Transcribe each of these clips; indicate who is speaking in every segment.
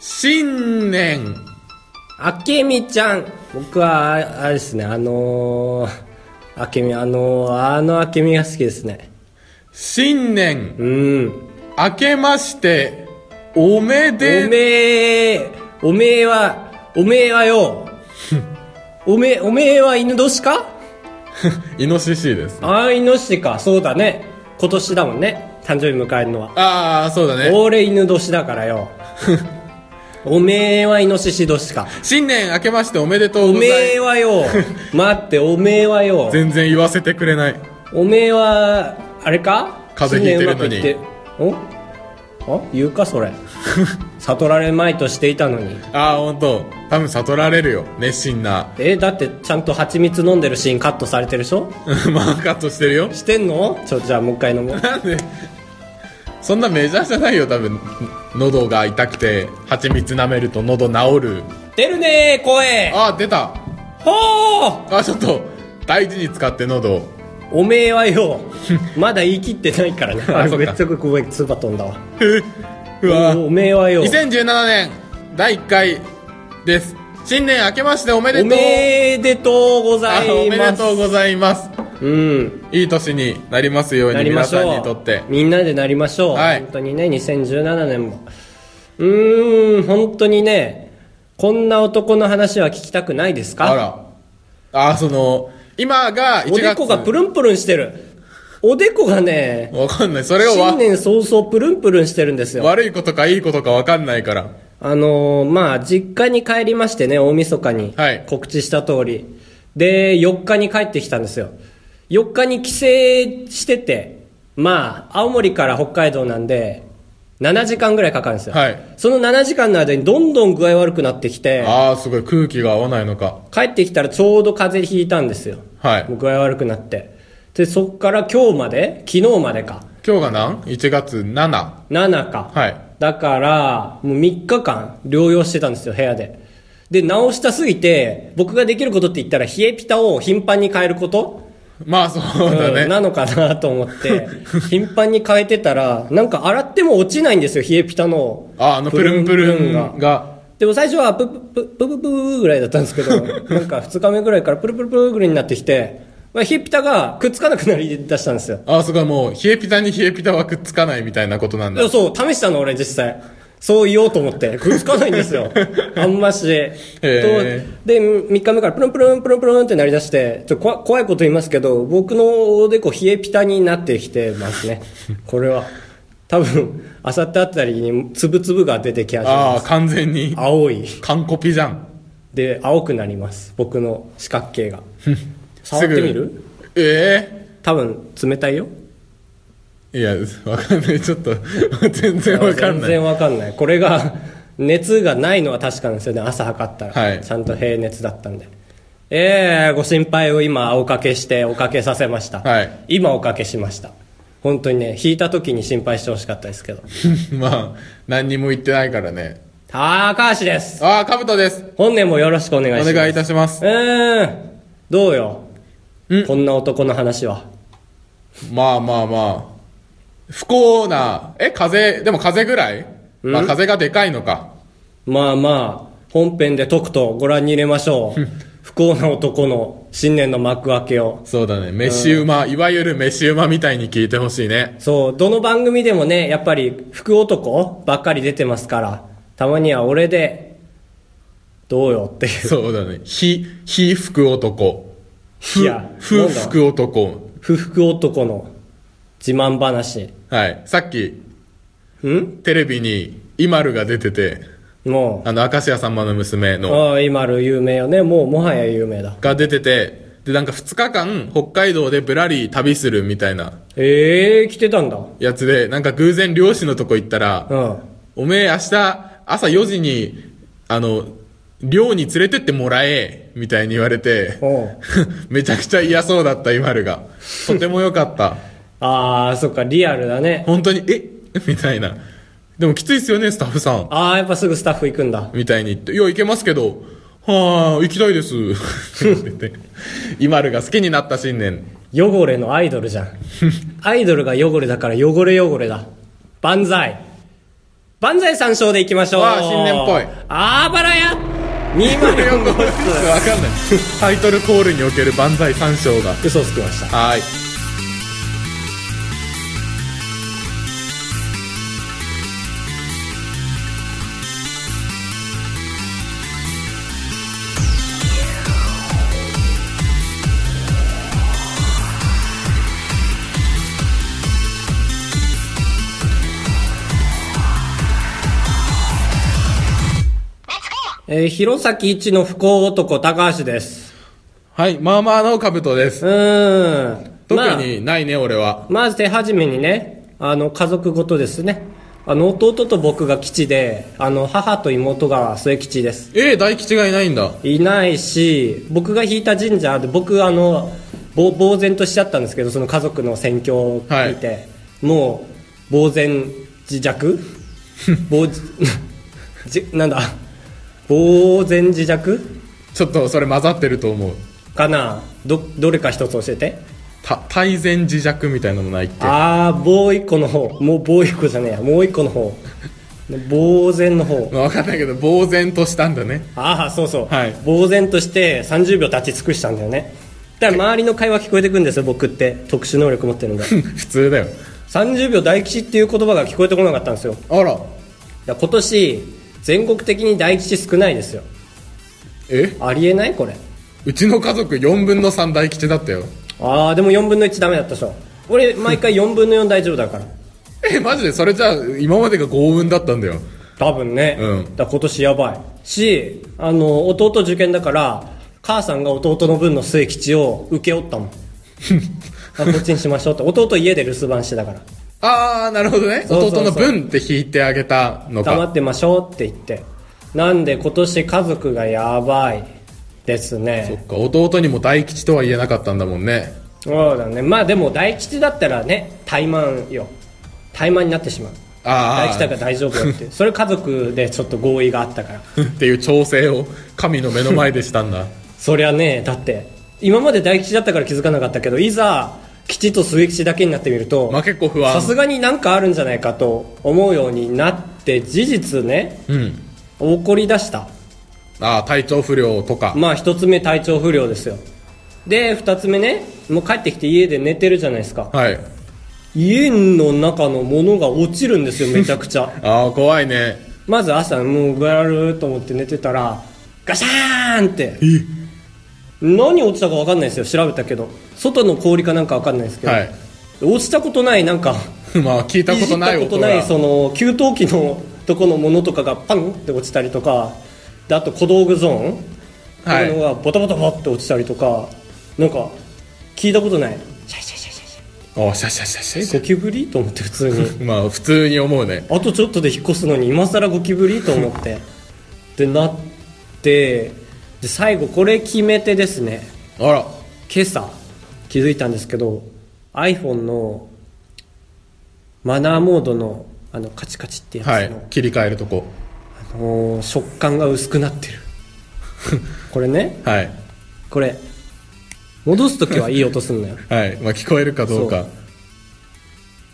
Speaker 1: 新年
Speaker 2: あけみちゃん僕はああれですねあのー、あけみあのー、あのあけみが好きですね
Speaker 1: 新年
Speaker 2: うん
Speaker 1: 明けましておめ
Speaker 2: お
Speaker 1: で
Speaker 2: めえおめえはおめえは よおめえおめえは犬年か
Speaker 1: イノシシです
Speaker 2: ああ犬年かそうだね今年だもんね誕生日迎えるのは
Speaker 1: ああそうだね
Speaker 2: 俺犬年だから よおめえはイノシシ年か
Speaker 1: 新年明けましておめでとう
Speaker 2: お
Speaker 1: ご
Speaker 2: め
Speaker 1: ざい
Speaker 2: えはよ待っておめえは よ
Speaker 1: 全然言わせてくれない
Speaker 2: おめえはあれか
Speaker 1: 風邪ひいてるのに
Speaker 2: 新年うまくいっておあ言うか それ悟られまいとしていたのに
Speaker 1: ああ本当多分悟られるよ熱心な
Speaker 2: えだってちゃんと蜂蜜飲んでるシーンカットされてるでしょ
Speaker 1: まあカットしてるよ
Speaker 2: してんのちょじゃあもう一回飲もう
Speaker 1: なんでそんなメジャーじゃないよ多分喉が痛くて蜂蜜舐めると喉治る
Speaker 2: 出るねー声
Speaker 1: ああ出た
Speaker 2: ほー
Speaker 1: あちょっと大事に使って喉を
Speaker 2: おめえは よまだ言い切ってないからね
Speaker 1: あそっか
Speaker 2: めっちゃごめん唾飛んだわ
Speaker 1: うわ
Speaker 2: おおめえはよ
Speaker 1: 2017年第1回です新年明けましておめで
Speaker 2: お
Speaker 1: とう
Speaker 2: めでとうござ
Speaker 1: あ
Speaker 2: います
Speaker 1: おめでとうございます
Speaker 2: うん
Speaker 1: いい年になりますよう
Speaker 2: な
Speaker 1: に
Speaker 2: りま
Speaker 1: 皆
Speaker 2: しょ
Speaker 1: さ
Speaker 2: うん
Speaker 1: にとって
Speaker 2: みんなでなりましょう、
Speaker 1: はい
Speaker 2: 本当にね2017年もうーん本当にねこんな男の話は聞きたくないです
Speaker 1: あ
Speaker 2: から
Speaker 1: あその今が1月
Speaker 2: おでこがプルンプルンしてるおでこがね
Speaker 1: わかんないそれをわ
Speaker 2: 新年早々プルンプルンしてるんですよ
Speaker 1: 悪いことかいいことかわかんないから
Speaker 2: あのーまあ実家に帰りましてね大晦日に
Speaker 1: はい
Speaker 2: 告知した通り、で4日に帰ってきたんですよ4日に帰省しててまあ青森から北海道なんで7時間ぐらいかかるんですよ、
Speaker 1: はい
Speaker 2: その7時間の間にどんどん具合悪くなってきて
Speaker 1: ああすごい空気が合わないのか
Speaker 2: 帰ってきたらちょうど風邪ひいたんですよ
Speaker 1: はい
Speaker 2: もう具合悪くなってでそっから今日まで昨日までか
Speaker 1: 今日が何 ?1 月7
Speaker 2: 7か、
Speaker 1: はい
Speaker 2: だからもう3日間療養してたんですよ部屋でで治したすぎて僕ができることって言ったら冷えピタを頻繁に変えること
Speaker 1: まあそうだ
Speaker 2: うん
Speaker 1: ね、
Speaker 2: なのかなと思って 頻繁に変えてたらなんか洗っても落ちないんですよ冷えピタの
Speaker 1: ああのプルンプルンが
Speaker 2: でも最初はププププププーぐらいだったんですけどなんか2日目ぐらいからプルプルプルぐらいになってきてまあ冷えピタがくっつかなくなりだしたんですよ
Speaker 1: ああすごいもう冷えピタに冷えピタはくっつかないみたいなことなんだ
Speaker 2: いやそう、試したの俺実際。そう言おうと思って。くっつかないんで すよ。あんまし。と
Speaker 1: へ
Speaker 2: で、3日目からプルンプルンプルンプルンってなりだして、ちょっと怖怖いこと言いますけど、僕のおでこ冷えピタになってきてま すね。これは。多分、あさってあたりに粒々が出てき始め
Speaker 1: あ
Speaker 2: ま
Speaker 1: あ
Speaker 2: す。
Speaker 1: 完全に
Speaker 2: 青い。
Speaker 1: 完コピじゃん
Speaker 2: で、青くなります。僕の四角形が。触ってみる
Speaker 1: すぐえ
Speaker 2: 多分、冷たいよ。
Speaker 1: えいやわかんないちょっと全然わかん
Speaker 2: 全
Speaker 1: ない
Speaker 2: 然わかんないこれが 熱がないのは確かなんですよね朝測ったら、
Speaker 1: はい
Speaker 2: ちゃんと平熱だったんでええご心配を今おかけしておかけさせました、
Speaker 1: はい
Speaker 2: 今おかけしました本当にね引いた時に心配してほしかったですけど
Speaker 1: まあ何にも言ってないからね
Speaker 2: 高橋です
Speaker 1: ああかぶとです
Speaker 2: 本年もよろしくお願いし
Speaker 1: お
Speaker 2: ます
Speaker 1: 願いいたします
Speaker 2: うーんどうよ
Speaker 1: ん
Speaker 2: こんな男の話は
Speaker 1: まあまあまあ不幸なえ風でも風ぐらい、まあ、風がでかいのか
Speaker 2: まあまあ本編で解くとご覧に入れましょう 不幸な男の新年の幕開けを
Speaker 1: そうだね飯馬、いわゆる飯馬みたいに聞いてほしいね
Speaker 2: そう、どの番組でもね、やっぱり福男ばっかり出てますから、たまには俺で、どうよっていう。
Speaker 1: そうだね非非福男
Speaker 2: い
Speaker 1: 不
Speaker 2: や
Speaker 1: 不
Speaker 2: なんだ
Speaker 1: 福男
Speaker 2: 不服男の自慢話。
Speaker 1: はいさっき
Speaker 2: ん
Speaker 1: テレビにイマルが出てて
Speaker 2: も
Speaker 1: あの明石家さんまの娘
Speaker 2: う、
Speaker 1: の
Speaker 2: ああ、今る有名よね。もう、もはや有名だ。
Speaker 1: が出ててでなんか2日間北海道でぶらり旅するみたいな
Speaker 2: ええ来てたんだ。
Speaker 1: やつでなんか偶然漁師のとこ行ったら
Speaker 2: うん。
Speaker 1: 「おめえ明日朝4時にあの漁に連れてってもらえ」みたいに言われて
Speaker 2: おう
Speaker 1: めちゃくちゃ嫌そうだったイマルがとても良かった
Speaker 2: ああ、そっか、リアルだね。
Speaker 1: 本当に「えみたいなでもきついっすよねスタッフさん
Speaker 2: ああ、やっぱすぐスタッフ行くんだ。
Speaker 1: みたいに言って、いや、行けますけど、はあ、行きたいです。 って言って、イマルが好きになった新年。
Speaker 2: 汚れのアイドルじゃん。アイドルが汚れだから汚れ汚れだ。万歳。万歳三唱でいきましょう。
Speaker 1: わあ新年っぽい
Speaker 2: あばらや204
Speaker 1: わ
Speaker 2: 号室。
Speaker 1: かんない。タイトルコールにおける万歳三章が。
Speaker 2: 嘘をつきました。
Speaker 1: はーい。
Speaker 2: えー、弘前一の不幸男、高橋です。
Speaker 1: はい、まあまあの兜です。
Speaker 2: うーん。
Speaker 1: 特
Speaker 2: まあ
Speaker 1: にないね、俺は。
Speaker 2: まず手始めにね、あの、家族ごとですね。あの、弟と僕が吉で、あの、母と妹が末吉です。
Speaker 1: ええ大吉がいないんだ。
Speaker 2: いないし、僕が引いた神社で、僕、あの、ぼ呆然としちゃったんですけど、その家族の戦況を聞いて、もう、呆然自 弱呆じ、 なんだ、呆然自弱
Speaker 1: ちょっとそれ混ざってると思う。
Speaker 2: かなど、どれか一つ教えて。
Speaker 1: た、泰然自弱みたいなのないっけ
Speaker 2: ああもう一個の方もうもう一個じゃねえやもう一個の 方呆然の方
Speaker 1: わかんないけど、呆然としたんだね。
Speaker 2: ああそうそう、
Speaker 1: はい
Speaker 2: 呆然として30秒立ち尽くしたんだよねだから周りの会話聞こえてくるんですよ僕って特殊能力持っ てるんで
Speaker 1: 普通だよ。
Speaker 2: 30秒大吉っていう言葉が聞こえてこなかったんですよだか
Speaker 1: あら。
Speaker 2: ら今年全国的に大吉少ないですよ
Speaker 1: え
Speaker 2: ありえないこれ
Speaker 1: うちの家族4分の3大吉だったよ。
Speaker 2: ああでも4分の1ダメだったでしょ俺毎回4分の4大丈夫だ から
Speaker 1: え、マジでそれじゃあ、今までが幸運だったんだよ。
Speaker 2: 多分ね、
Speaker 1: うん
Speaker 2: だから今年やばいしあの弟受験だから母さんが弟の分の末吉を請け負 ったもんあこっちにしましょうって弟家で留守番してたから
Speaker 1: あー、なるほどね。
Speaker 2: そうそうそう
Speaker 1: 弟の分って引いてあげたの
Speaker 2: 黙
Speaker 1: か。
Speaker 2: ってましょうって言ってなんで今年家族がやばいです
Speaker 1: そ
Speaker 2: ね
Speaker 1: っか、弟にも大吉とは言えなかったんだもんね。
Speaker 2: そうだねまあでも大吉だったらね怠慢よ怠慢になってしまう
Speaker 1: あー。
Speaker 2: 大吉だから大丈夫よって それ家族でちょっと合意があったか ら
Speaker 1: っていう調整を神の目の前でしたんだ
Speaker 2: そりゃねだって今まで大吉だったから気づかなかったけどいざ吉と末吉だけになってみると
Speaker 1: まあ結構不安
Speaker 2: さすがになんかあるんじゃないかと思うようになって事実ね
Speaker 1: うん
Speaker 2: 起こりだした
Speaker 1: ああ体調不良とか
Speaker 2: まあ一つ目体調不良ですよで二つ目ねもう帰ってきて家で寝てるじゃないですか
Speaker 1: はい
Speaker 2: 家の中の物が落ちるんですよめちゃく ちゃ
Speaker 1: ああ怖いね
Speaker 2: まず朝もうぐらるーと思って寝てたらガシャーンって何落ちたか分かんないですよ調べたけど外の氷かなんか分かんないですけど、
Speaker 1: はい
Speaker 2: 落ちたことないなんか
Speaker 1: まあ聞いたことない
Speaker 2: じっ
Speaker 1: 音
Speaker 2: たこと
Speaker 1: が
Speaker 2: ないその給湯器のとこのものとかがパンって落ちたりとかであと小道具ゾーンと
Speaker 1: はい
Speaker 2: かのがボタボタボタって落ちたりとかなんか聞いたことないシャイシャイシャイシャイシ
Speaker 1: ああシャシャシャシャ
Speaker 2: ャイゴキブリと思って普通に
Speaker 1: まあ普通に思うね
Speaker 2: あとちょっとで引っ越すのに今更ゴキブリと思ってでなってで最後これ決めてですね
Speaker 1: あら
Speaker 2: 今朝気づいたんですけど iPhone のマナーモードのあのカチカチってやつの、
Speaker 1: はい切り替えるとこ
Speaker 2: あのー食感が薄くなってるこれね
Speaker 1: はい
Speaker 2: これ戻す時はいい音すんのよ
Speaker 1: はいまあ聞こえるかどうか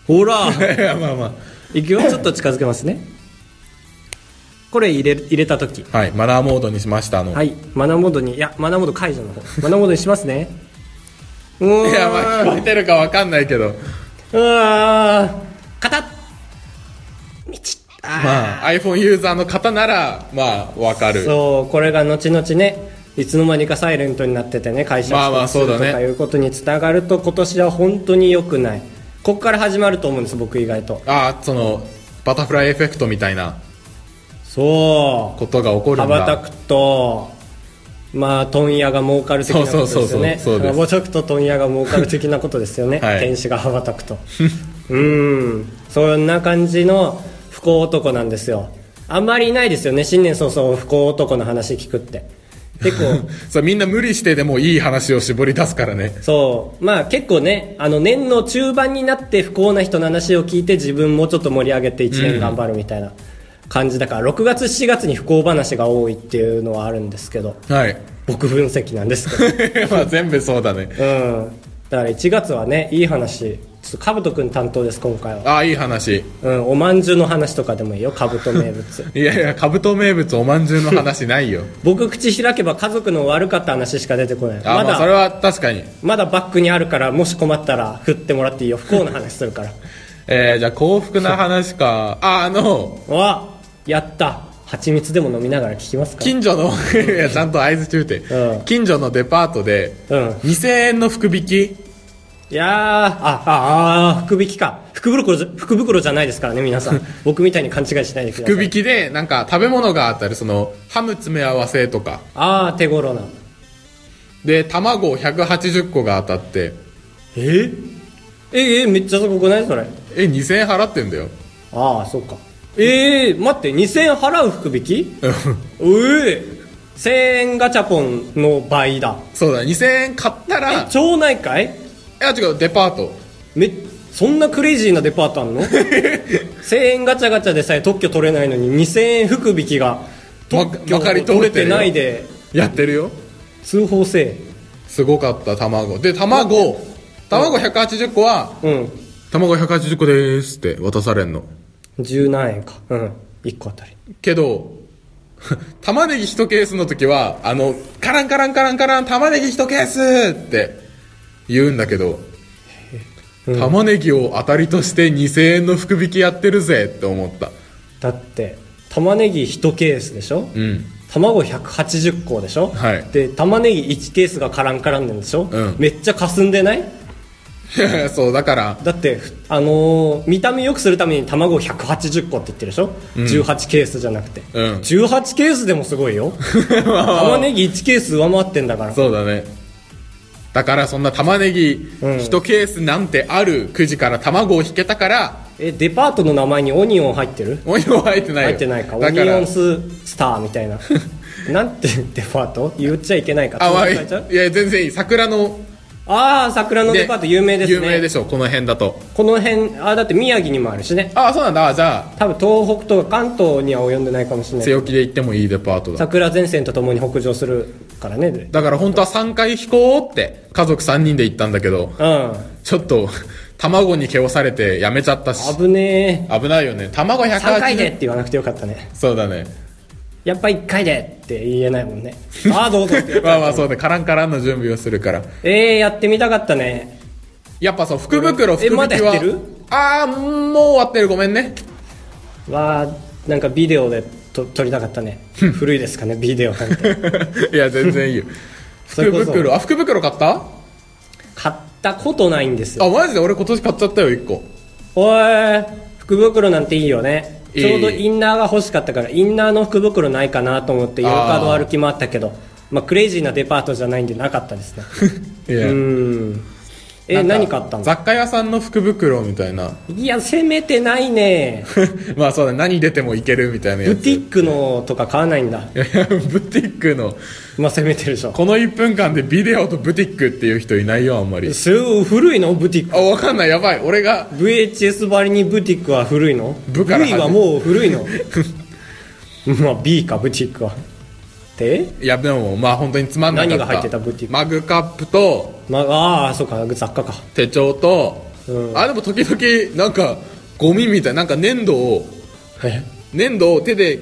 Speaker 2: ほら
Speaker 1: いやまあま
Speaker 2: いくよちょっと近づけますねこれ入れ入れた時
Speaker 1: あはいマナーモードにしましたあの、
Speaker 2: はいマナーモードにいやマナーモード解除の方マナーモードにしますねうわ
Speaker 1: い、やまあ聞こえてるかわかんないけど
Speaker 2: うわーカタッみちっあー
Speaker 1: まあ iPhone ユーザーの方ならまあわかる
Speaker 2: そうこれが後々ねいつの間にかサイレントになっててね会社
Speaker 1: まあまあ
Speaker 2: する
Speaker 1: そうだね
Speaker 2: とかいうことにつながると今年は本当に良くないここから始まると思うんです僕意外と
Speaker 1: ああそのバタフライエフェクトみたいな
Speaker 2: そう
Speaker 1: ことが起こる
Speaker 2: 羽
Speaker 1: んだ
Speaker 2: ばたくとまあ問屋が儲かる的なことですよ
Speaker 1: そう
Speaker 2: ね
Speaker 1: そうそうそうそうです
Speaker 2: 羽ばたくと問屋が儲かる的なことですよね、
Speaker 1: はい
Speaker 2: 天使が羽ばたくとうんそんな感じの不幸男なんですよあんまりいないですよね新年早々不幸男の話聞くって結構
Speaker 1: そうみんな無理してでもいい話を絞り出すからね
Speaker 2: そう。まあ結構ね、あの年の中盤になって不幸な人の話を聞いて自分もちょっと盛り上げて1年頑張るみたいな感じだから、6月7月に不幸話が多いっていうのはあるんですけど、
Speaker 1: はい
Speaker 2: 僕分析なんですけど。
Speaker 1: まあ全部そうだね
Speaker 2: うん。だから1月はね、いい話、ちょっと、かぶとくん担当です、今回は。
Speaker 1: ああ、いい話。
Speaker 2: うん、おまんじゅうの話とかでもいいよ、かぶと名 物。
Speaker 1: いやいや、カブト名物おまんじゅうの話ないよ。
Speaker 2: 僕口開けば家族の悪かった話しか出てこない。
Speaker 1: あ、
Speaker 2: ま
Speaker 1: まあ、
Speaker 2: だ、
Speaker 1: それは確かに。
Speaker 2: まだバックにあるから、もし困ったら振ってもらっていいよ。不幸な話するから。
Speaker 1: えー、じゃあ幸福な話か。あ、あの、
Speaker 2: わやった蜂蜜でも飲みながら聞きますか
Speaker 1: 近所の、 いや、ちゃんと合図中て、
Speaker 2: うん
Speaker 1: 近所のデパートで、
Speaker 2: うん
Speaker 1: 2000円の福引き
Speaker 2: いやーあああー福引きか福袋じゃ福袋じゃないですからね 皆さん僕みたいに勘違いしないでください
Speaker 1: 福引きで、なんか食べ物があったり、その、ハム詰め合わせとか、
Speaker 2: ああ手頃な
Speaker 1: で、卵180個が当たって、
Speaker 2: えええめっちゃすごくないそれ
Speaker 1: え、2000円払ってんだよ。
Speaker 2: ああそうかええ待って2000円払う福引きうえ1000円ガチャポンの倍だ
Speaker 1: そうだ、2000円買ったら、い
Speaker 2: 町内会
Speaker 1: や違う、デパート。
Speaker 2: めそんなクレイジーなデパート あんの ?1000 円ガチャガチャでさえ特許取れないのに2000円福引きが
Speaker 1: ま
Speaker 2: 特許
Speaker 1: まかり通
Speaker 2: 取
Speaker 1: れ
Speaker 2: れ
Speaker 1: て
Speaker 2: て
Speaker 1: るよ
Speaker 2: ないで
Speaker 1: やってるよ。
Speaker 2: 通報せえ
Speaker 1: すごかった、卵。で、卵、卵180個は、
Speaker 2: うん
Speaker 1: 卵180個でーすって渡されんの。
Speaker 2: 十何円かうん1個あたり
Speaker 1: けど、 玉ねぎ一ケースの時は、あの、カランカランカランカラン、玉ねぎ一ケースって言うんだけど、玉ねぎを当たりとして2000円の福引きやってるぜって思った。
Speaker 2: だって玉ねぎ1ケースでしょ、
Speaker 1: うん。
Speaker 2: 卵180個でしょ、
Speaker 1: はい
Speaker 2: で玉ねぎ1ケースがカランカランなんでしょ、
Speaker 1: うん
Speaker 2: めっちゃかすんでない
Speaker 1: そう、だ から、
Speaker 2: だってふあのー見た目良くするために卵180個って言ってるでしょ、18ケースじゃなくて、
Speaker 1: うん
Speaker 2: 18ケースでもすごいよ玉ねぎ1ケース上回ってんだから
Speaker 1: そうだね。だからそんな玉ねぎ
Speaker 2: うん
Speaker 1: 一ケースなんてあるくじから卵を引けたから、
Speaker 2: えデパートの名前にオニオン入ってる
Speaker 1: オニオン入ってないよ。
Speaker 2: 入ってないかオ
Speaker 1: だ
Speaker 2: ニ
Speaker 1: か
Speaker 2: オ
Speaker 1: ら
Speaker 2: ン、ススターみた いななんてデパート言っちゃいけないか
Speaker 1: あ、まあ、い
Speaker 2: ちょっと変えちゃう
Speaker 1: いや、全然いい。桜の、
Speaker 2: ああ桜のデパート有名ですね
Speaker 1: 有名でしょ、この辺だと。
Speaker 2: この辺あーだって宮城にもあるしね
Speaker 1: あ、そうなんだ。じゃあ、
Speaker 2: 多分東北とか関東には及んでないかもしれない
Speaker 1: 強気で行ってもいいデパートだ。
Speaker 2: 桜前線とともに北上するからねで
Speaker 1: だから本当は3回飛行って家族3人で行ったんだけど、
Speaker 2: うん
Speaker 1: ちょっと、卵にけをされてやめちゃったし、
Speaker 2: 危ね
Speaker 1: 危ないよね。卵
Speaker 2: え3回でっ
Speaker 1: 180。
Speaker 2: て言わなくてよかったね
Speaker 1: そうだね。
Speaker 2: やっぱ1回でって言えないもん ねああどうぞって
Speaker 1: まあまあそうね。カランカランの準備をするから。
Speaker 2: ええやってみたかったね
Speaker 1: やっぱそう、福袋、
Speaker 2: え
Speaker 1: 福引きは。
Speaker 2: まだやってる
Speaker 1: あー、もう終わってる。ごめんね。
Speaker 2: わあなんかビデオでと撮りたかったね古いですかねビデオなんて
Speaker 1: いや、全然いいよ。
Speaker 2: そ
Speaker 1: 福
Speaker 2: れこそ
Speaker 1: 袋、あ、福袋買った
Speaker 2: 買ったことないんですよ
Speaker 1: あ、マジで俺今年買っちゃったよ、1個。
Speaker 2: おい福袋なんていいよね
Speaker 1: いい
Speaker 2: ちょうどインナーが欲しかったからインナーの福袋ないかなと思ってヨーカドー歩き回ったけどまあ、クレイジーなデパートじゃないんでなかったですね
Speaker 1: いや
Speaker 2: うーんえ
Speaker 1: なん
Speaker 2: 何買ったんだ
Speaker 1: 雑貨屋さんの福袋みたいな。
Speaker 2: いや攻めてないね
Speaker 1: まあそうだね、何出てもいけるみたいなや
Speaker 2: ブ
Speaker 1: つ。
Speaker 2: ティックのとか買わないんだ
Speaker 1: いやいや ブティックの、
Speaker 2: まあ攻めてるでしょ
Speaker 1: この1分間でビデオとブティックっていう人いないよ、あんまり。
Speaker 2: すごい古いのブティッ
Speaker 1: あ、
Speaker 2: ク
Speaker 1: わかんない、やばい。俺が、
Speaker 2: VHS ばりにブティックは古いの
Speaker 1: ブ
Speaker 2: V
Speaker 1: から始め
Speaker 2: はもう古 いのまあ B かブティックはで
Speaker 1: いやでも、まあ本当につまんなかった。
Speaker 2: 何が入ってたブティック
Speaker 1: マグカップと、
Speaker 2: まああーそうか雑貨か
Speaker 1: 手帳と、
Speaker 2: うん
Speaker 1: あ、でも時々、なんか、ゴミみたいな、なんか粘土を、
Speaker 2: え
Speaker 1: 粘土を手で、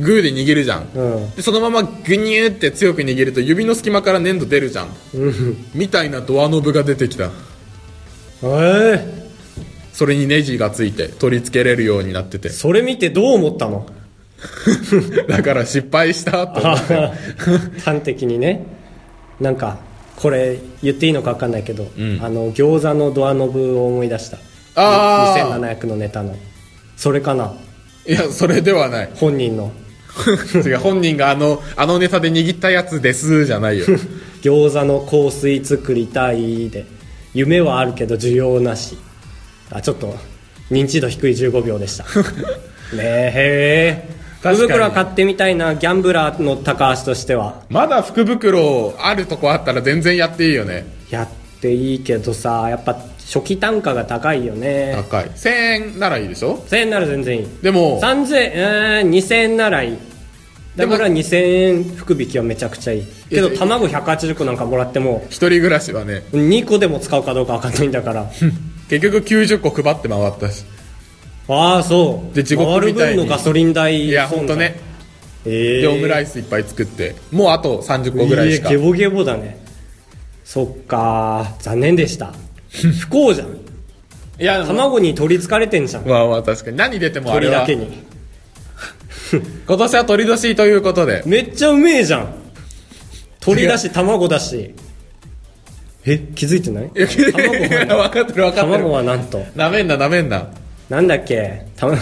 Speaker 1: グーで握るじゃん。
Speaker 2: うん
Speaker 1: でそのままグニューって強く握ると指の隙間から粘土出るじゃん
Speaker 2: うん
Speaker 1: みたいなドアノブが出てきた
Speaker 2: ええ
Speaker 1: それにネジがついて取り付けれるようになってて
Speaker 2: それ見てどう 思ったの
Speaker 1: だから失敗したと思って
Speaker 2: 端的にねなんかこれ言っていいのか分かんないけど、
Speaker 1: ん
Speaker 2: あの餃子のドアノブを思い出した
Speaker 1: あー
Speaker 2: 2700のネタのそれかない
Speaker 1: やそれでは ない
Speaker 2: 本人の
Speaker 1: 違う本人があのあのネタで握ったやつですじゃないよ
Speaker 2: 餃子の香水作りたいで夢はあるけど需要なしあちょっと認知度低い15秒でしたねえへえ
Speaker 1: 確かに
Speaker 2: 福袋は買ってみたいなギャンブラーの高橋としては
Speaker 1: まだ福袋あるとこあったら全然やっていいよね
Speaker 2: やっていいけどさやっぱ初期単価が高いよね
Speaker 1: 高い1000円ならいいでしょ
Speaker 2: 1000円なら全然いい
Speaker 1: でも
Speaker 2: 3000円、えー2000円ならいい
Speaker 1: で
Speaker 2: だ
Speaker 1: も
Speaker 2: から2000円福引きはめちゃくちゃいいけど
Speaker 1: いや
Speaker 2: 卵180個なんかもらっても
Speaker 1: 一人暮らしはね
Speaker 2: 2個でも使うかどうか分かんないんだから
Speaker 1: 結局90個配って回ったし
Speaker 2: ああそう
Speaker 1: で地獄みたいに
Speaker 2: 回る分のガソリン代
Speaker 1: いやほんとね
Speaker 2: ええ
Speaker 1: でオムライスいっぱい作ってもうあと30個ぐらいしか
Speaker 2: ええゲボゲボだねそっか残念でした 不幸じゃん
Speaker 1: いやでも
Speaker 2: 卵に取りつかれてん じゃん
Speaker 1: まあまあ確かに何出てもあれ
Speaker 2: 鳥だ
Speaker 1: は
Speaker 2: けに
Speaker 1: 今年は鳥年ということで
Speaker 2: めっちゃうめえじゃん鳥だし卵だしえ気づいてない
Speaker 1: いや分かってる分かって
Speaker 2: 卵
Speaker 1: る
Speaker 2: はなん と
Speaker 1: なめんななめんな
Speaker 2: なんだっけた、ま、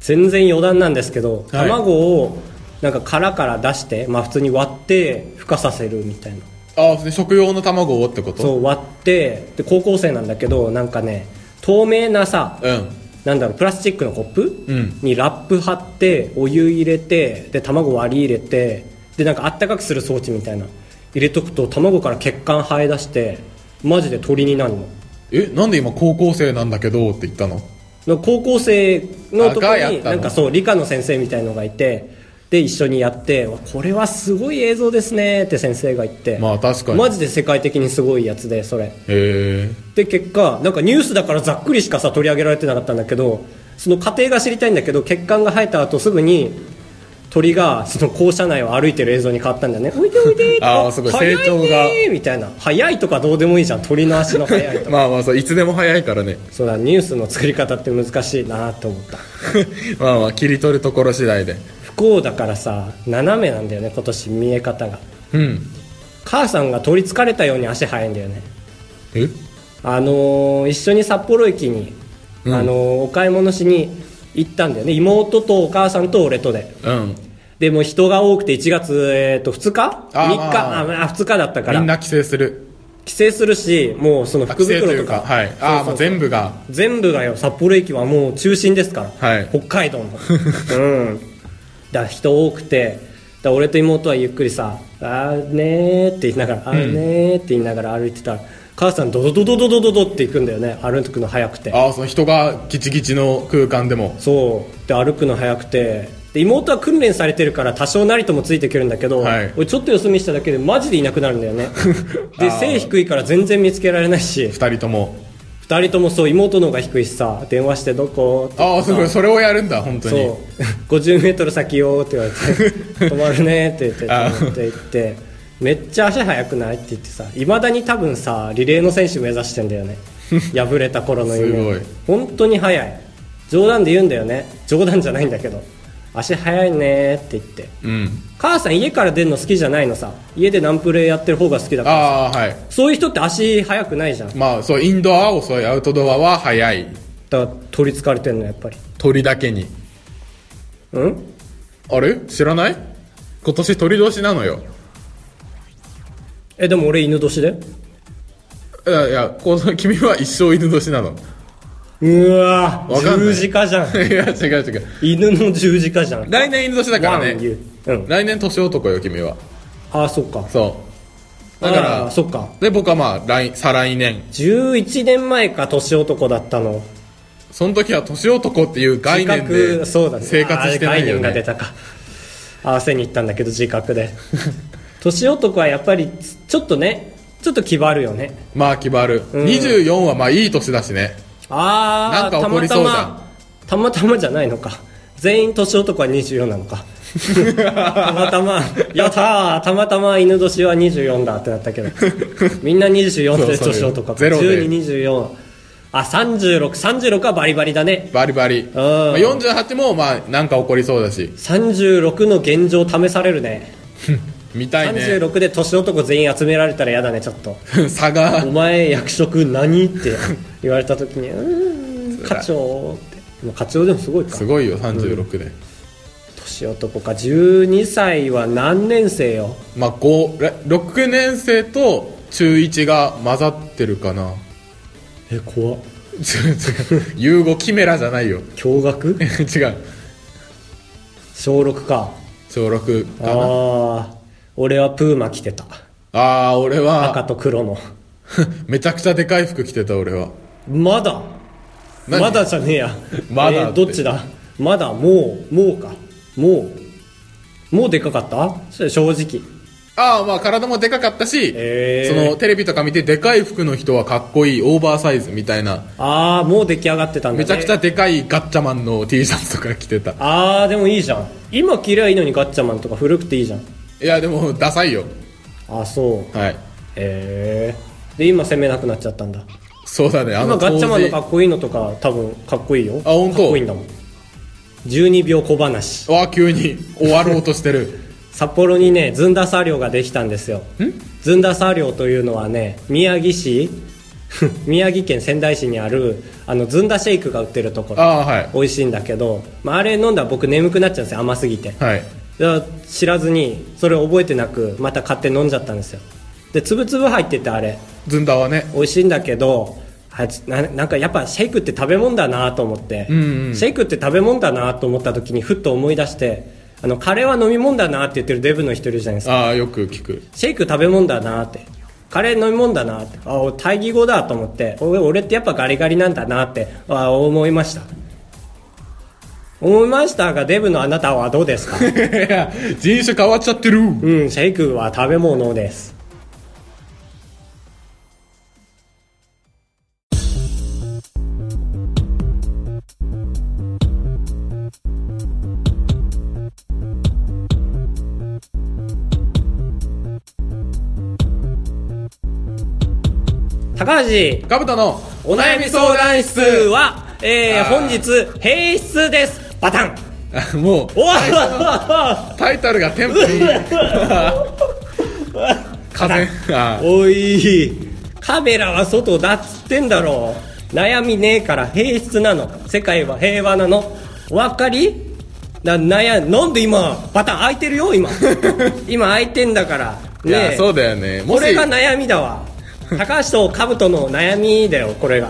Speaker 2: 全然余談なんですけど、
Speaker 1: はい
Speaker 2: 卵をなんか殻から出して、まあ、普通に割って孵化させるみたいな
Speaker 1: ああ食用の卵をってこと
Speaker 2: そう割ってで高校生なんだけどなんかね透明なさ
Speaker 1: うん
Speaker 2: なんだろうプラスチックのコップ、
Speaker 1: うん
Speaker 2: にラップ貼ってお湯入れてで卵割り入れてでなんかあったかくする装置みたいな入れとくと卵から血管生え出してマジで鳥になるの
Speaker 1: えなんで今高校生なんだけどって言ったの
Speaker 2: の高校生のとこ
Speaker 1: あが
Speaker 2: ろ
Speaker 1: やっ
Speaker 2: に
Speaker 1: たの
Speaker 2: なんかそう理科の先生みたいのがいてで一緒にやってわこれはすごい映像ですねって先生が言って
Speaker 1: まあ確かに
Speaker 2: マジで世界的にすごいやつでそれ
Speaker 1: へえ
Speaker 2: で結果なんかニュースだからざっくりしかさ取り上げられてなかったんだけどその過程が知りたいんだけど血管が生えた後すぐに鳥がその校舎内を歩いてる映像に変わったんだよね「おいでおいで」
Speaker 1: あーすごい
Speaker 2: 早
Speaker 1: 成長が
Speaker 2: いねみたいな「早い」とかどうでもいいじゃん鳥の足の速いとか
Speaker 1: まあまあそういつでも早いからね
Speaker 2: そうだニュースの作り方って難しいなと思った
Speaker 1: まあまあ切り取るところ次第で
Speaker 2: 不幸だからさ斜めなんだよね今年見え方が
Speaker 1: うん
Speaker 2: 母さんが取りつかれたように足早いんだよね
Speaker 1: え
Speaker 2: あのー一緒に札幌駅に、
Speaker 1: うん
Speaker 2: あのーお買い物しに行ったんだよね妹とお母さんと俺とで
Speaker 1: うん
Speaker 2: でもう人が多くて1月、えー、と2日
Speaker 1: あー
Speaker 2: ?3 日ああ2日だったか
Speaker 1: み
Speaker 2: ら
Speaker 1: んな帰省する
Speaker 2: 帰省するしもうその
Speaker 1: あ
Speaker 2: 福
Speaker 1: 帰省
Speaker 2: 袋
Speaker 1: い
Speaker 2: と
Speaker 1: う
Speaker 2: か
Speaker 1: はい
Speaker 2: そうそう
Speaker 1: ああまあ全部が
Speaker 2: 全部がよ札幌駅はもう中心ですから、
Speaker 1: はい
Speaker 2: 北海道の うんだから人多くてだから俺と妹はゆっくりさ「あーねー」って言いながら「あーねー」って言いながら歩いてたら母さんドドドドドドドドって行くんだよね歩くの早くて
Speaker 1: ああその人がギチギチの空間でも
Speaker 2: そうで歩くの早くてで妹は訓練されてるから多少なりともついてくるんだけど、
Speaker 1: はい
Speaker 2: 俺ちょっと様子見しただけでマジでいなくなるん だよねで
Speaker 1: あー
Speaker 2: 背低いから全然見つけられないし
Speaker 1: 二人とも
Speaker 2: 2人ともそう妹の方が低いしさ電話してどこって言って
Speaker 1: ああすごいそれをやるんだ本当に
Speaker 2: そう50メートル先よって 言われて止まるねって言って
Speaker 1: あ
Speaker 2: 止まって行ってめっちゃ足速くないって言ってさいまだに多分さリレーの選手目指してんだよ ね敗れた頃の夢
Speaker 1: す
Speaker 2: 本当に速い冗談で言うんだよね冗談じゃないんだけど足速いねって言って
Speaker 1: うん
Speaker 2: 母さん家から出るの好きじゃないのさ家でナンプレやってる方が好きだから
Speaker 1: ああはい
Speaker 2: そういう人って足速くないじゃんだか
Speaker 1: まあそうインドアは遅いアウトドアは早い
Speaker 2: ら取りつかれてんのやっぱり
Speaker 1: 鳥だけに
Speaker 2: うん
Speaker 1: あれ知らない今年鳥年なのよ
Speaker 2: えでも俺犬年で
Speaker 1: いやいやこの君は一生犬年なの
Speaker 2: うわ
Speaker 1: わかんな
Speaker 2: 十
Speaker 1: い
Speaker 2: 字架じゃん
Speaker 1: いや違う違う
Speaker 2: 犬の十字架じゃん
Speaker 1: 来年犬年だから
Speaker 2: ワン
Speaker 1: ね
Speaker 2: ユーうん、
Speaker 1: 来年年男よ君は
Speaker 2: ああそっか
Speaker 1: そうだか
Speaker 2: あー
Speaker 1: ら
Speaker 2: そっか
Speaker 1: で僕はまあ来再来年
Speaker 2: 11年前か年男だったの
Speaker 1: その時は年男っていう概念
Speaker 2: 自
Speaker 1: で
Speaker 2: 覚そうだね
Speaker 1: 生活してないよ
Speaker 2: あー概念が出
Speaker 1: ね
Speaker 2: たか合わせに行ったんだけど自覚で 年男はやっぱりちょっとねちょっと気張るよね
Speaker 1: まあ決まる24はまあいい年だし ね
Speaker 2: ああ
Speaker 1: なんか
Speaker 2: た
Speaker 1: 起こ
Speaker 2: ま
Speaker 1: り
Speaker 2: た
Speaker 1: そうじゃん
Speaker 2: またまたまじゃないのか全員年男は24なのかたまたまやったーたまたま犬年は24だってなっ たけどみんな24
Speaker 1: そ
Speaker 2: で
Speaker 1: うそう
Speaker 2: 年男か
Speaker 1: ゼロで
Speaker 2: 1224あ3636はバリバリだね
Speaker 1: バリバリ、まあ、48もまあなんか起こりそうだし
Speaker 2: 36の現状試されるね
Speaker 1: 見たいね
Speaker 2: 36で年男全員集められたら嫌だねちょっ と
Speaker 1: 差が
Speaker 2: お前役職何って言われた時にうーん課長って課長でもすごいか
Speaker 1: すごいよ36で、
Speaker 2: 年男か12歳は何年生よ
Speaker 1: まあ5 6年生と中1が混ざってるかな
Speaker 2: え怖
Speaker 1: 違う
Speaker 2: っ
Speaker 1: 違う融合キメラじゃないよ
Speaker 2: 驚愕
Speaker 1: 違う
Speaker 2: 小6か
Speaker 1: 小6か
Speaker 2: あ
Speaker 1: な
Speaker 2: あ俺はプーマ着てた
Speaker 1: ああー俺
Speaker 2: 赤
Speaker 1: は
Speaker 2: と黒の
Speaker 1: めちゃくちゃでかい服着てた俺は
Speaker 2: まだ
Speaker 1: 何
Speaker 2: まだじゃねえや
Speaker 1: まだって
Speaker 2: えーどっちだまだもうもうかもうもうでかかったそれ正直
Speaker 1: ああ、まあ体もでかかったし、
Speaker 2: へ
Speaker 1: そ
Speaker 2: ー
Speaker 1: のテレビとか見てでかい服の人はかっこいいオーバーサイズみたいな、
Speaker 2: ああもう出来上がってたんだ、ね、
Speaker 1: めちゃくちゃでかいガッチャマンの T シャツとか着てた。
Speaker 2: ああでもいいじゃん今着りゃいいのにガッチャマンとか古くていいじゃん
Speaker 1: いや、でもダサいよ。
Speaker 2: あそう
Speaker 1: はい。
Speaker 2: へえで今攻めなくなっちゃったんだ
Speaker 1: そうだね、あ
Speaker 2: 今
Speaker 1: の
Speaker 2: ガッチャマンのか
Speaker 1: 当
Speaker 2: っこいいのとか多分かっこいいよ
Speaker 1: あ本当
Speaker 2: かっこいいんだもん12秒小話
Speaker 1: 時わあ、急に終わろうとしてる。
Speaker 2: 札幌にねずんだサー漁ができたんですよずんだサー漁というのはね宮城市 宮城県仙台市にあるあのずんだシェイクが売ってるとこ
Speaker 1: あ
Speaker 2: ろ
Speaker 1: あ、はい。
Speaker 2: 美味しいんだけど、まあ、あれ飲んだら僕眠くなっちゃうんですよ甘すぎて
Speaker 1: はい。
Speaker 2: いや知らずにそれを覚えてなくまた買って飲んじゃったんですよでつぶつぶ入っててあれ
Speaker 1: ずんだはね。
Speaker 2: 美味しいんだけどはちななんかやっぱシェイクって食べ物だなと思って、
Speaker 1: うんうん
Speaker 2: シェイクって食べ物だなと思った時にふっと思い出してあのカレーは飲み物だなって言ってるデブの一人いるじゃないですか
Speaker 1: ああ、よく聞く。
Speaker 2: シェイク食べ物だなってカレー飲み物だなってあ俺大義語だと思って俺俺ってやっぱガリガリなんだなってあ思いました思いましたがデブのあなたはどうですか
Speaker 1: いや、人種変わっちゃってる。
Speaker 2: うん、シェイクは食べ物です。高橋、
Speaker 1: かぶとの
Speaker 2: お悩み相談室は、えー、
Speaker 1: あー
Speaker 2: 本日、閉室です。バタン
Speaker 1: あ もう
Speaker 2: おわ
Speaker 1: タイトルがテンポいい風 あ
Speaker 2: おいカメラは外だっつってんだろ悩みねえから平室なの世界は平和なのお分かりな悩なんで今バタン開いてる よ今今開いてんだから
Speaker 1: いや、
Speaker 2: ねえ
Speaker 1: そうだよねも
Speaker 2: こ
Speaker 1: し
Speaker 2: れが悩みだわ高橋と兜の悩みだよこれが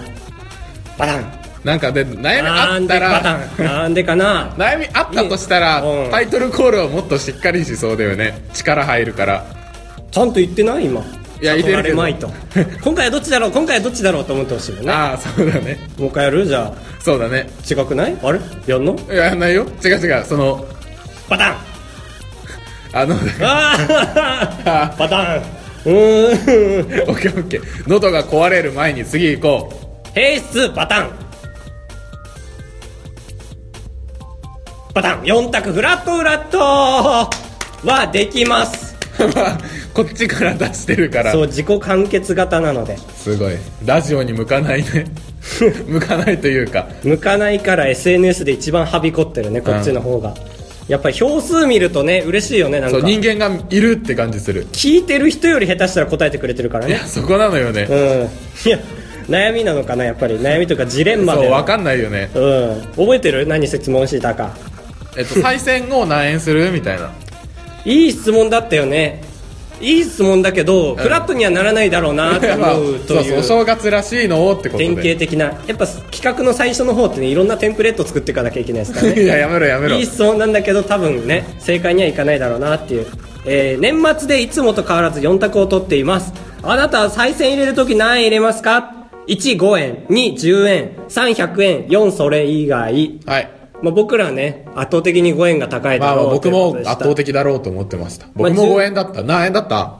Speaker 2: バタン
Speaker 1: なんかで悩みあ
Speaker 2: な
Speaker 1: っ
Speaker 2: ん
Speaker 1: た
Speaker 2: でバタ
Speaker 1: ら
Speaker 2: ンなんでかな
Speaker 1: 悩みあったとしたら、
Speaker 2: うん
Speaker 1: タイトルコールはもっとしっかりしそうだよね力入るから
Speaker 2: ちゃんと言ってない今
Speaker 1: いや言ってるけど
Speaker 2: 悟られまいと今回はどっちだろう今回はどっちだろうと思ってほしいよね
Speaker 1: ああそうだね
Speaker 2: もう一回やるじゃあ
Speaker 1: そうだね
Speaker 2: 違くないあれやんの
Speaker 1: いややんないよ違う違うその
Speaker 2: パタン
Speaker 1: あの
Speaker 2: あーパタンうーん
Speaker 1: オッケーオッケー喉が壊れる前に次行こう
Speaker 2: 平室パタンパタン4択フラットフラットはできます
Speaker 1: まあ こっちから出してるから
Speaker 2: そう自己完結型なのです
Speaker 1: ごいラジオに向かないね向かないというか
Speaker 2: 向かないから SNS で一番はびこってるねこっちの方が、やっぱり票数見るとね嬉しいよねなん
Speaker 1: そ
Speaker 2: か
Speaker 1: う人間がいるって感じする
Speaker 2: 聞いてる人より下手したら答えてくれてるから
Speaker 1: い
Speaker 2: ね
Speaker 1: やそこなのよね
Speaker 2: うんいや悩みなのかなやっぱり悩みとかジレンマで
Speaker 1: そう分かんないよね
Speaker 2: うん覚えてる何質問したか
Speaker 1: えっと対戦を何円するみ たいない
Speaker 2: い質問だったよねいい質問だけど、フラットにはならないだろうなって
Speaker 1: やっぱ
Speaker 2: 思うと
Speaker 1: そうそう
Speaker 2: い
Speaker 1: お
Speaker 2: う
Speaker 1: 正月らしいのをってことで
Speaker 2: 典型的なやっぱ企画の最初の方ってねいろんなテンプレート作っていかなきゃいけないですから ね
Speaker 1: いややめろやめろ
Speaker 2: いい質問なんだけど多分ね正解にはいかないだろうなっていう、えー年末でいつもと変わらず4択を取っていますあなたは再銭入れるとき何円入れますか15円210円300円4それ以外、
Speaker 1: はい
Speaker 2: まあ、僕らはね圧倒的に5円が高い
Speaker 1: ま
Speaker 2: だ
Speaker 1: あま
Speaker 2: ろ
Speaker 1: あ
Speaker 2: う
Speaker 1: 僕
Speaker 2: というこ
Speaker 1: も
Speaker 2: とで
Speaker 1: 圧
Speaker 2: した
Speaker 1: 倒的だろうと思ってました僕も
Speaker 2: まあ
Speaker 1: 5円だった何円だった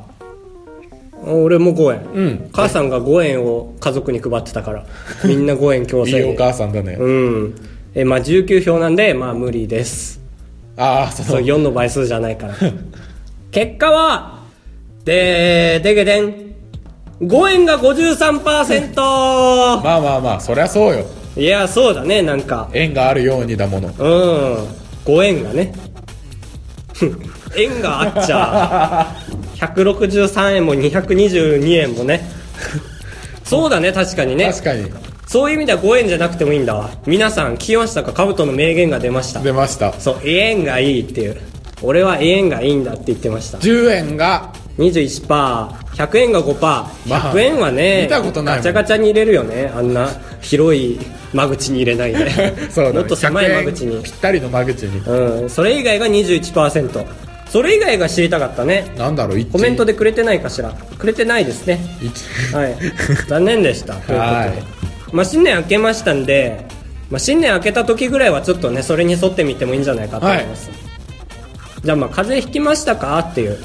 Speaker 2: 俺も5円、
Speaker 1: うん
Speaker 2: 母さんが5円を家族に配ってたからみんな5円強
Speaker 1: い
Speaker 2: 制
Speaker 1: いお母さんだね、
Speaker 2: うんえまあ19票なんでまあ無理です
Speaker 1: ああそ
Speaker 2: そう
Speaker 1: の
Speaker 2: 4の倍数じゃないから 結果はででげでん5円が 53%!
Speaker 1: まあまあまあそりゃそうよ
Speaker 2: いやそうだねなんか
Speaker 1: 縁があるようにだもの
Speaker 2: うん5円がね 円があっちゃ163円も222円もね そうだね確かにね
Speaker 1: 確かに
Speaker 2: そういう意味では5円じゃなくてもいいんだわ皆さん聞きましたかカブトの名言が出ました
Speaker 1: 出ました
Speaker 2: そう永遠がいいっていう俺は永遠がいいんだって言ってました
Speaker 1: 10円が
Speaker 2: 21%100 円が 5%100 円はね、
Speaker 1: 見たことないもん
Speaker 2: ガチャガチャに入れるよねあんな広い間口に入れないで
Speaker 1: そうだ、ね、
Speaker 2: もっと狭い間口
Speaker 1: 100円
Speaker 2: に
Speaker 1: ぴったりの間口に
Speaker 2: うんそれ以外が21%それ以外が知りたかったね
Speaker 1: なんだろう1
Speaker 2: コメントでくれてないかしらくれてないですね
Speaker 1: 1
Speaker 2: はい残念でしたという
Speaker 1: は
Speaker 2: ことで、まあ、新年明けましたんで、まあ、新年明けた時ぐらいはちょっと ねそれに沿ってみてもいいんじゃないかと思います、じゃあまあ風邪ひきましたかっていう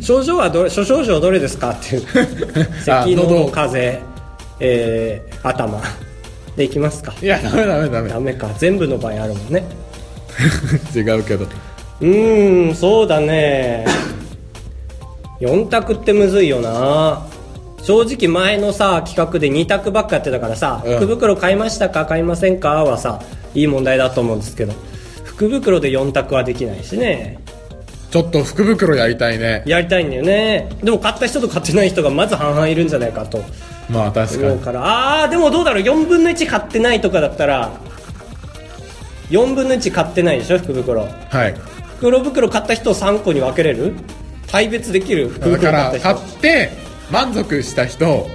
Speaker 2: 症状はどれ諸症状どれですかっていう
Speaker 1: あ
Speaker 2: 咳
Speaker 1: 喉
Speaker 2: 喉風邪、えー、頭でいきますか
Speaker 1: いや、ダメダメダメ。
Speaker 2: ダメか全部の場合あるもんね
Speaker 1: 違うけど。
Speaker 2: うーんそうだね4択ってむずいよな正直前のさ企画で2択ばっかやってたからさ、
Speaker 1: うん
Speaker 2: 福袋買いましたか買いませんかはさいい問題だと思うんですけど福袋で4択はできないしね
Speaker 1: ちょっと福袋やりたいね。
Speaker 2: やりたいんだよねでも買った人と買ってない人がまず半々いるんじゃないかと
Speaker 1: まあ確か
Speaker 2: 思う
Speaker 1: に。
Speaker 2: からあーでもどうだろう4分の1買ってないとかだったら4分の1買ってないでしょ福袋
Speaker 1: はい。
Speaker 2: 袋袋買った人を3個に分けれる大別できる福
Speaker 1: だか
Speaker 2: 袋買
Speaker 1: ら、
Speaker 2: った
Speaker 1: 買
Speaker 2: 人
Speaker 1: って、満足した人、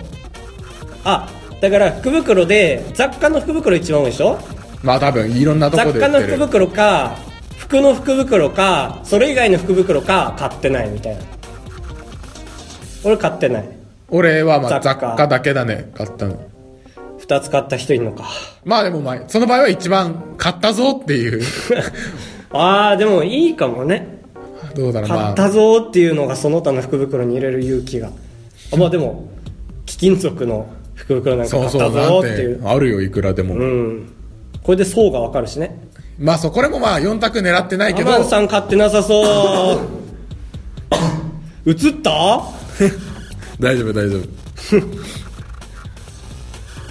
Speaker 2: あだから福袋で雑貨の福袋一番多いでしょ
Speaker 1: まあ多分、いろんなとこ
Speaker 2: 雑
Speaker 1: で
Speaker 2: 貨
Speaker 1: 売
Speaker 2: の
Speaker 1: って
Speaker 2: 福
Speaker 1: る。
Speaker 2: 袋か服の福袋かそれ以外の福袋か買ってないみたいな俺買ってない
Speaker 1: 俺はまあ
Speaker 2: 雑
Speaker 1: 雑
Speaker 2: 貨
Speaker 1: 貨だけだね、買ったの。
Speaker 2: 2つ買った人いるのか
Speaker 1: まあでもまあ、その場合は一番買ったぞって いう。
Speaker 2: ああでもいいかもね
Speaker 1: どうだろう、
Speaker 2: 買
Speaker 1: ま
Speaker 2: った
Speaker 1: あ。
Speaker 2: ぞーっていうのがその他の福袋に入れる勇気があまあでも貴金属の福袋なんか
Speaker 1: そ
Speaker 2: 買
Speaker 1: う
Speaker 2: った
Speaker 1: そう、
Speaker 2: ぞ
Speaker 1: な
Speaker 2: ー
Speaker 1: ん
Speaker 2: っていう
Speaker 1: て、あるよ、いくらでも。
Speaker 2: うんこれで層がわかるしね
Speaker 1: まあそう、これもまあ4択狙ってない
Speaker 2: ア
Speaker 1: けど、
Speaker 2: マンさん買ってなさそ う映った
Speaker 1: 大丈夫大丈夫。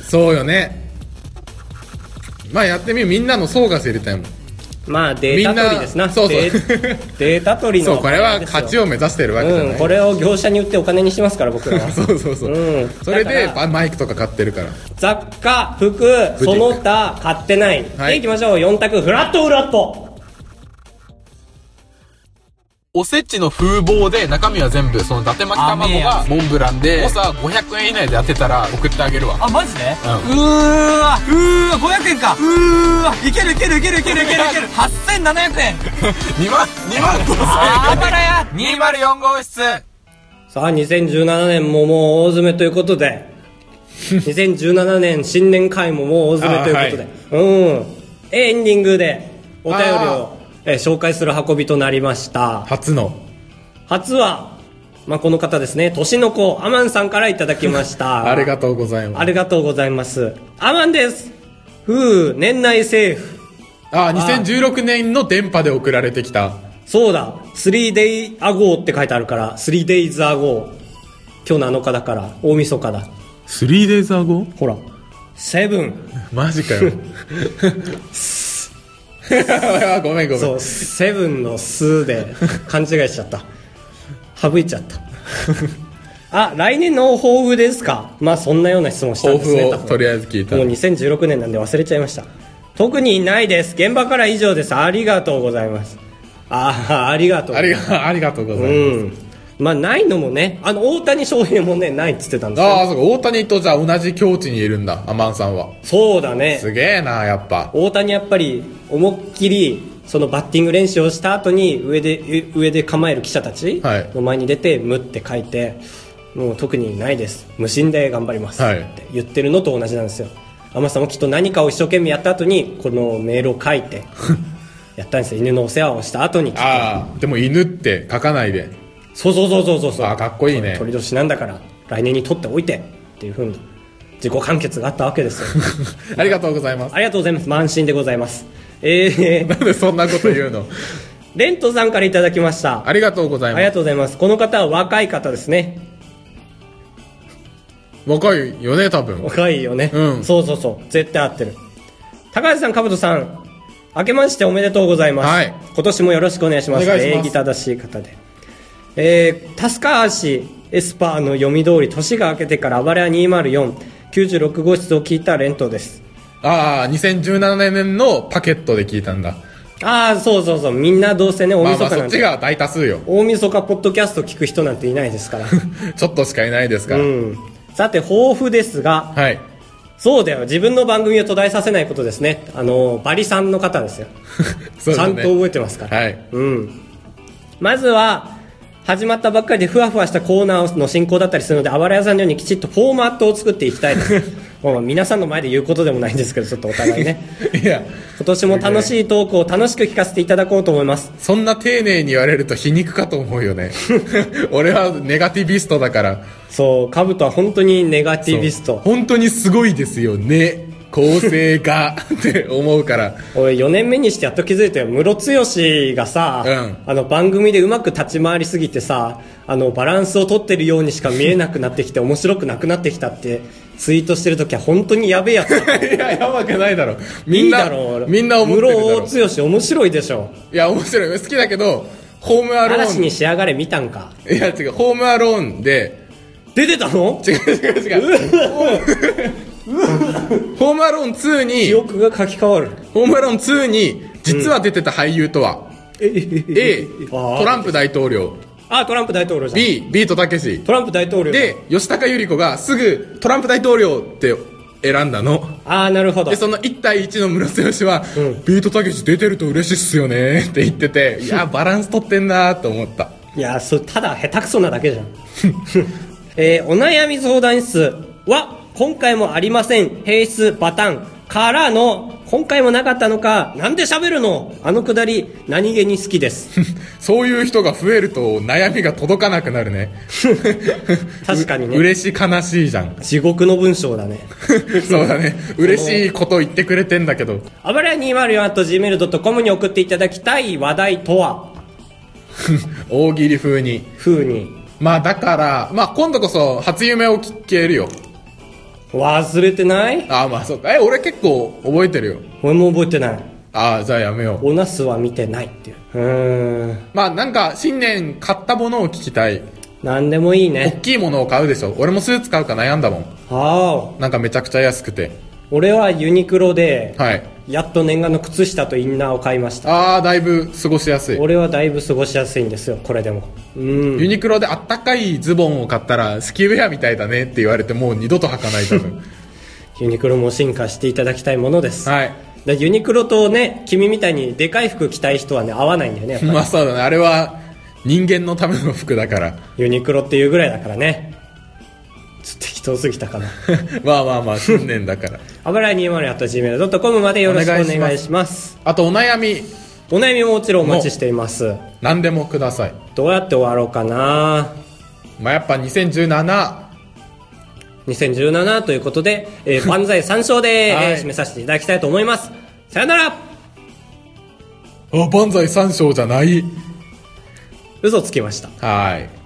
Speaker 1: そうよね。まあやってみよう、みんなの層が知りたいもん。
Speaker 2: まあデータ取りですな
Speaker 1: みんなそうそう
Speaker 2: デーデータ取りの
Speaker 1: そう、これは勝ちを目指してるわけじゃない。
Speaker 2: うん、これを業者に売ってお金にしてますから僕ら は
Speaker 1: そうそうそう。
Speaker 2: うん
Speaker 1: それで
Speaker 2: だから
Speaker 1: ばマイクとか買ってるから。
Speaker 2: 雑貨服
Speaker 1: ク
Speaker 2: その他買ってない、
Speaker 1: はい
Speaker 2: でいきましょう4択フラットフラット
Speaker 1: おせちの風貌で中身は全部その伊達巻
Speaker 3: 甘い
Speaker 1: 卵
Speaker 3: や
Speaker 1: がモンブランで誤差500円以内で当てたら送ってあげるわ
Speaker 3: あ、マジで、
Speaker 1: う
Speaker 3: うんーわうーわ !500 円かうーわいけるいけるいけるいけるいけるいける !8700 円
Speaker 1: 2万2万
Speaker 3: あ
Speaker 1: 5000
Speaker 3: ばらや !204 号室
Speaker 2: さあ2017年ももう大詰めというこ とで2017年新年会ももう大詰めということで、うんエンディングでお便り
Speaker 1: あ
Speaker 2: をえー紹介する運びとなりました
Speaker 1: 初の
Speaker 2: 初は、まあ、この方ですね年の子アマンさんからいただきました
Speaker 1: ありがとうござい
Speaker 2: あ
Speaker 1: ます
Speaker 2: りがとうございますアマンですふう年内セーフ
Speaker 1: あ2016年の電波で送られてきた
Speaker 2: そうだ 3day ago って書いてあるから 3days ago 今日7日だから大晦日だ
Speaker 1: 3days ago?
Speaker 2: ほらセブン
Speaker 1: マジかよあ ごめんごめん
Speaker 2: そう、セブンの数で勘違いしちゃった。省いちゃった。あ、来年の抱負ですかまあそんなような質問したん
Speaker 1: 抱
Speaker 2: です
Speaker 1: 負
Speaker 2: ね。
Speaker 1: をとりあえず聞い
Speaker 2: 多
Speaker 1: た
Speaker 2: 分もう2016年なんで忘れちゃいました。特にないです。現場から以上です。ありがとうございます。ああ、ありがとう。
Speaker 1: ありがありがとうございます、
Speaker 2: うん。まあないのもね、あの大谷翔平もね、ないっつってたんですよ。
Speaker 1: ああそうか大谷とじゃあ同じ境地にいるんだアマンさんは
Speaker 2: そうだね。
Speaker 1: すげえなやっぱ
Speaker 2: 大谷やっぱり思いっきりそのバッティング練習をした後に上で上で構える記者たち
Speaker 1: はい
Speaker 2: の前に出て「無」って書いてもう特にないです無心で頑張りますっ
Speaker 1: はい
Speaker 2: て言ってるのと同じなんですよ天野さんもきっと何かを一生懸命やった後にこのメールを書い てやったんですよ犬のお世話をした後に
Speaker 1: ああでも犬って書かないで
Speaker 2: そうそうそうそうそうそう
Speaker 1: あかっこいいね
Speaker 2: 鳥年なんだから来年に取っておいてっていうふうに自己完結があったわけですよ
Speaker 1: ありがとうございます
Speaker 2: ありがとうございます満身でございますえー
Speaker 1: なんでそんなこと言う の
Speaker 2: レントさんからいただきました。
Speaker 1: ありがとうござい
Speaker 2: あ
Speaker 1: ま
Speaker 2: りが
Speaker 1: す。
Speaker 2: とうございます。この方は若い方ですね。
Speaker 1: 若いよね、多分。
Speaker 2: 若いよね。
Speaker 1: うん
Speaker 2: そうそうそう。絶対合ってる。高橋さん、かぶとさん、明けましておめでとうございます。
Speaker 1: はい
Speaker 2: 今年もよろしくお願いします。
Speaker 1: お願いします
Speaker 2: 礼儀正しい方で。えー、タスカーシエスパーの読み通り、年が明けてから暴れ屋204、96号室を聞いたレントです。
Speaker 1: ああ、2017年のパケットで聞いたんだ。
Speaker 2: ああ、そうそうそう。みんなどうせね、大
Speaker 1: まあ
Speaker 2: 晦
Speaker 1: まあ、
Speaker 2: 日
Speaker 1: そ
Speaker 2: な
Speaker 1: っ
Speaker 2: ん
Speaker 1: ち
Speaker 2: て。
Speaker 1: が大多数よ。
Speaker 2: 大晦日ポッドキャスト聞く人なんていないですから。
Speaker 1: ちょっとしかいないですか
Speaker 2: う
Speaker 1: ら。
Speaker 2: ん。さて、抱負ですが、
Speaker 1: はい。
Speaker 2: そうだよ自分の番組を途絶えさせないことですねあのバリさんの方ですよ、
Speaker 1: そう
Speaker 2: ち
Speaker 1: だ
Speaker 2: ゃ
Speaker 1: ね
Speaker 2: んと覚えてますから、
Speaker 1: はい。
Speaker 2: うんまずは始まったば っかりでふわふわしたコーナーの進行だったりするのであばら屋さんのようにきちっとフォーマットを作っていきたいですまあまあ皆さんの前で言うことでもないんですけど、ちょっとお互いね。
Speaker 1: いや、
Speaker 2: 今年も楽しいトークを楽しく聞かせていただこうと思います。
Speaker 1: そんな丁寧に言われると皮肉かと思うよね。 俺はネガティビストだから。
Speaker 2: そう、カブトは本当にネガティビスト。
Speaker 1: 本当にすごいですよね。構成 がって思うから。
Speaker 2: 俺4年目にしてやっと気づいたよ。ムロツヨシがさ、
Speaker 1: うん
Speaker 2: あの番組でうまく立ち回りすぎてさ、あのバランスを取ってるようにしか見えなくなってきて面白くなくなってきたってツイートしてるときは本当にやべえやつ。
Speaker 1: いや、やばくないだろ。 み
Speaker 2: い
Speaker 1: ん
Speaker 2: い
Speaker 1: な、
Speaker 2: だろう
Speaker 1: みんな思ってるだ
Speaker 2: ムロ
Speaker 1: ろ。
Speaker 2: ツヨシ面白いでしょ。
Speaker 1: いや、面白い。好きだけど、ホームアロ
Speaker 2: 嵐
Speaker 1: ーン。
Speaker 2: に仕上がれ見たんか。
Speaker 1: いや、違う、ホームアローンで、
Speaker 2: 出てたの
Speaker 1: 違う違う違う。ホームアローン2
Speaker 2: 記
Speaker 1: に、
Speaker 2: 憶が書き換わる。
Speaker 1: ホームアローン2に、実は出てた俳優とは、A、トランプ大統領、
Speaker 2: あ、トランプ大統領じゃん。
Speaker 1: B、ビートたけし、
Speaker 2: トランプ大統領だ
Speaker 1: で、吉高由里子がすぐトランプ大統領って選んだの。
Speaker 2: ああ、なるほど
Speaker 1: で、。その1対1の室瀬義は、
Speaker 2: ん
Speaker 1: ビートたけし出てると嬉しいっすよねって言って て、いや、バランス取ってんなと思った。
Speaker 2: いや、それただ下手くそなだけじゃん。 えーお悩み相談室は、今回もありません。平室パターンからの、今回もなかったのか、なんで喋るのあのくだり、何気に好きです。
Speaker 1: そういう人が増えると悩みが届かなくなるね。
Speaker 2: 確かにね
Speaker 1: う嬉しい悲しいじゃ ん。
Speaker 2: 地獄の文章だね。
Speaker 1: そうだね。嬉しいこと言ってくれてんだけど。
Speaker 2: あばれや 204.gmail.com に送っていただきたい話題とは、
Speaker 1: 大喜利風に。
Speaker 2: 風に。
Speaker 1: まあだから、まあ今度こそ初夢を聞けるよ。
Speaker 2: 忘れてない
Speaker 1: ああまあそうか。え、俺結構覚えてるよ。
Speaker 2: 俺も覚えてない。
Speaker 1: ああ、じゃあやめよう。
Speaker 2: おナスは見てないっていう。うーん。
Speaker 1: まあなんか新年買ったものを聞きたい。
Speaker 2: なんでもいい
Speaker 1: 大
Speaker 2: ね。
Speaker 1: きいものを買うでしょ。俺もスーツ買うか悩んだもん。
Speaker 2: ああ。
Speaker 1: なんかめちゃくちゃ安くて。
Speaker 2: 俺はユニクロで、
Speaker 1: はい。
Speaker 2: やっと念願の靴下とインナーを買いました。
Speaker 1: ああ、だいぶ過ごしやすい。
Speaker 2: 俺はだいぶ過ごしやすいんですよ、これでも。うん。
Speaker 1: ユニクロであったかいズボンを買ったら、スキーウェアみたいだねって言われて、もう二度と履かない多分。
Speaker 2: ユニクロも進化していただきたいものです。
Speaker 1: はい。
Speaker 2: だユニクロとね、君みたいにでかい服着たい人はね、合わないんだよね、やっぱり
Speaker 1: まあそうだね。あれは、人間のための服だから。
Speaker 2: ユニクロっていうぐらいだからね。ちょっと適当すぎ たかな。
Speaker 1: まあまあまあ、新年だから。
Speaker 2: あばらい 204.gmail.com までよろしくお願いし
Speaker 1: お願
Speaker 2: ま
Speaker 1: い
Speaker 2: す。
Speaker 1: し
Speaker 2: お
Speaker 1: あと、お悩み、
Speaker 2: 悩みももちろんお待ちしています。
Speaker 1: 何でもください。
Speaker 2: どうやって終わろうかな
Speaker 1: まあやっぱ2017、
Speaker 2: 2017ということで、 えー、万歳3勝で、
Speaker 1: はい
Speaker 2: えー締めさせていただきたいと思います。さよなら
Speaker 1: あ、万歳三章じゃない。
Speaker 2: 嘘つきました。
Speaker 1: はい。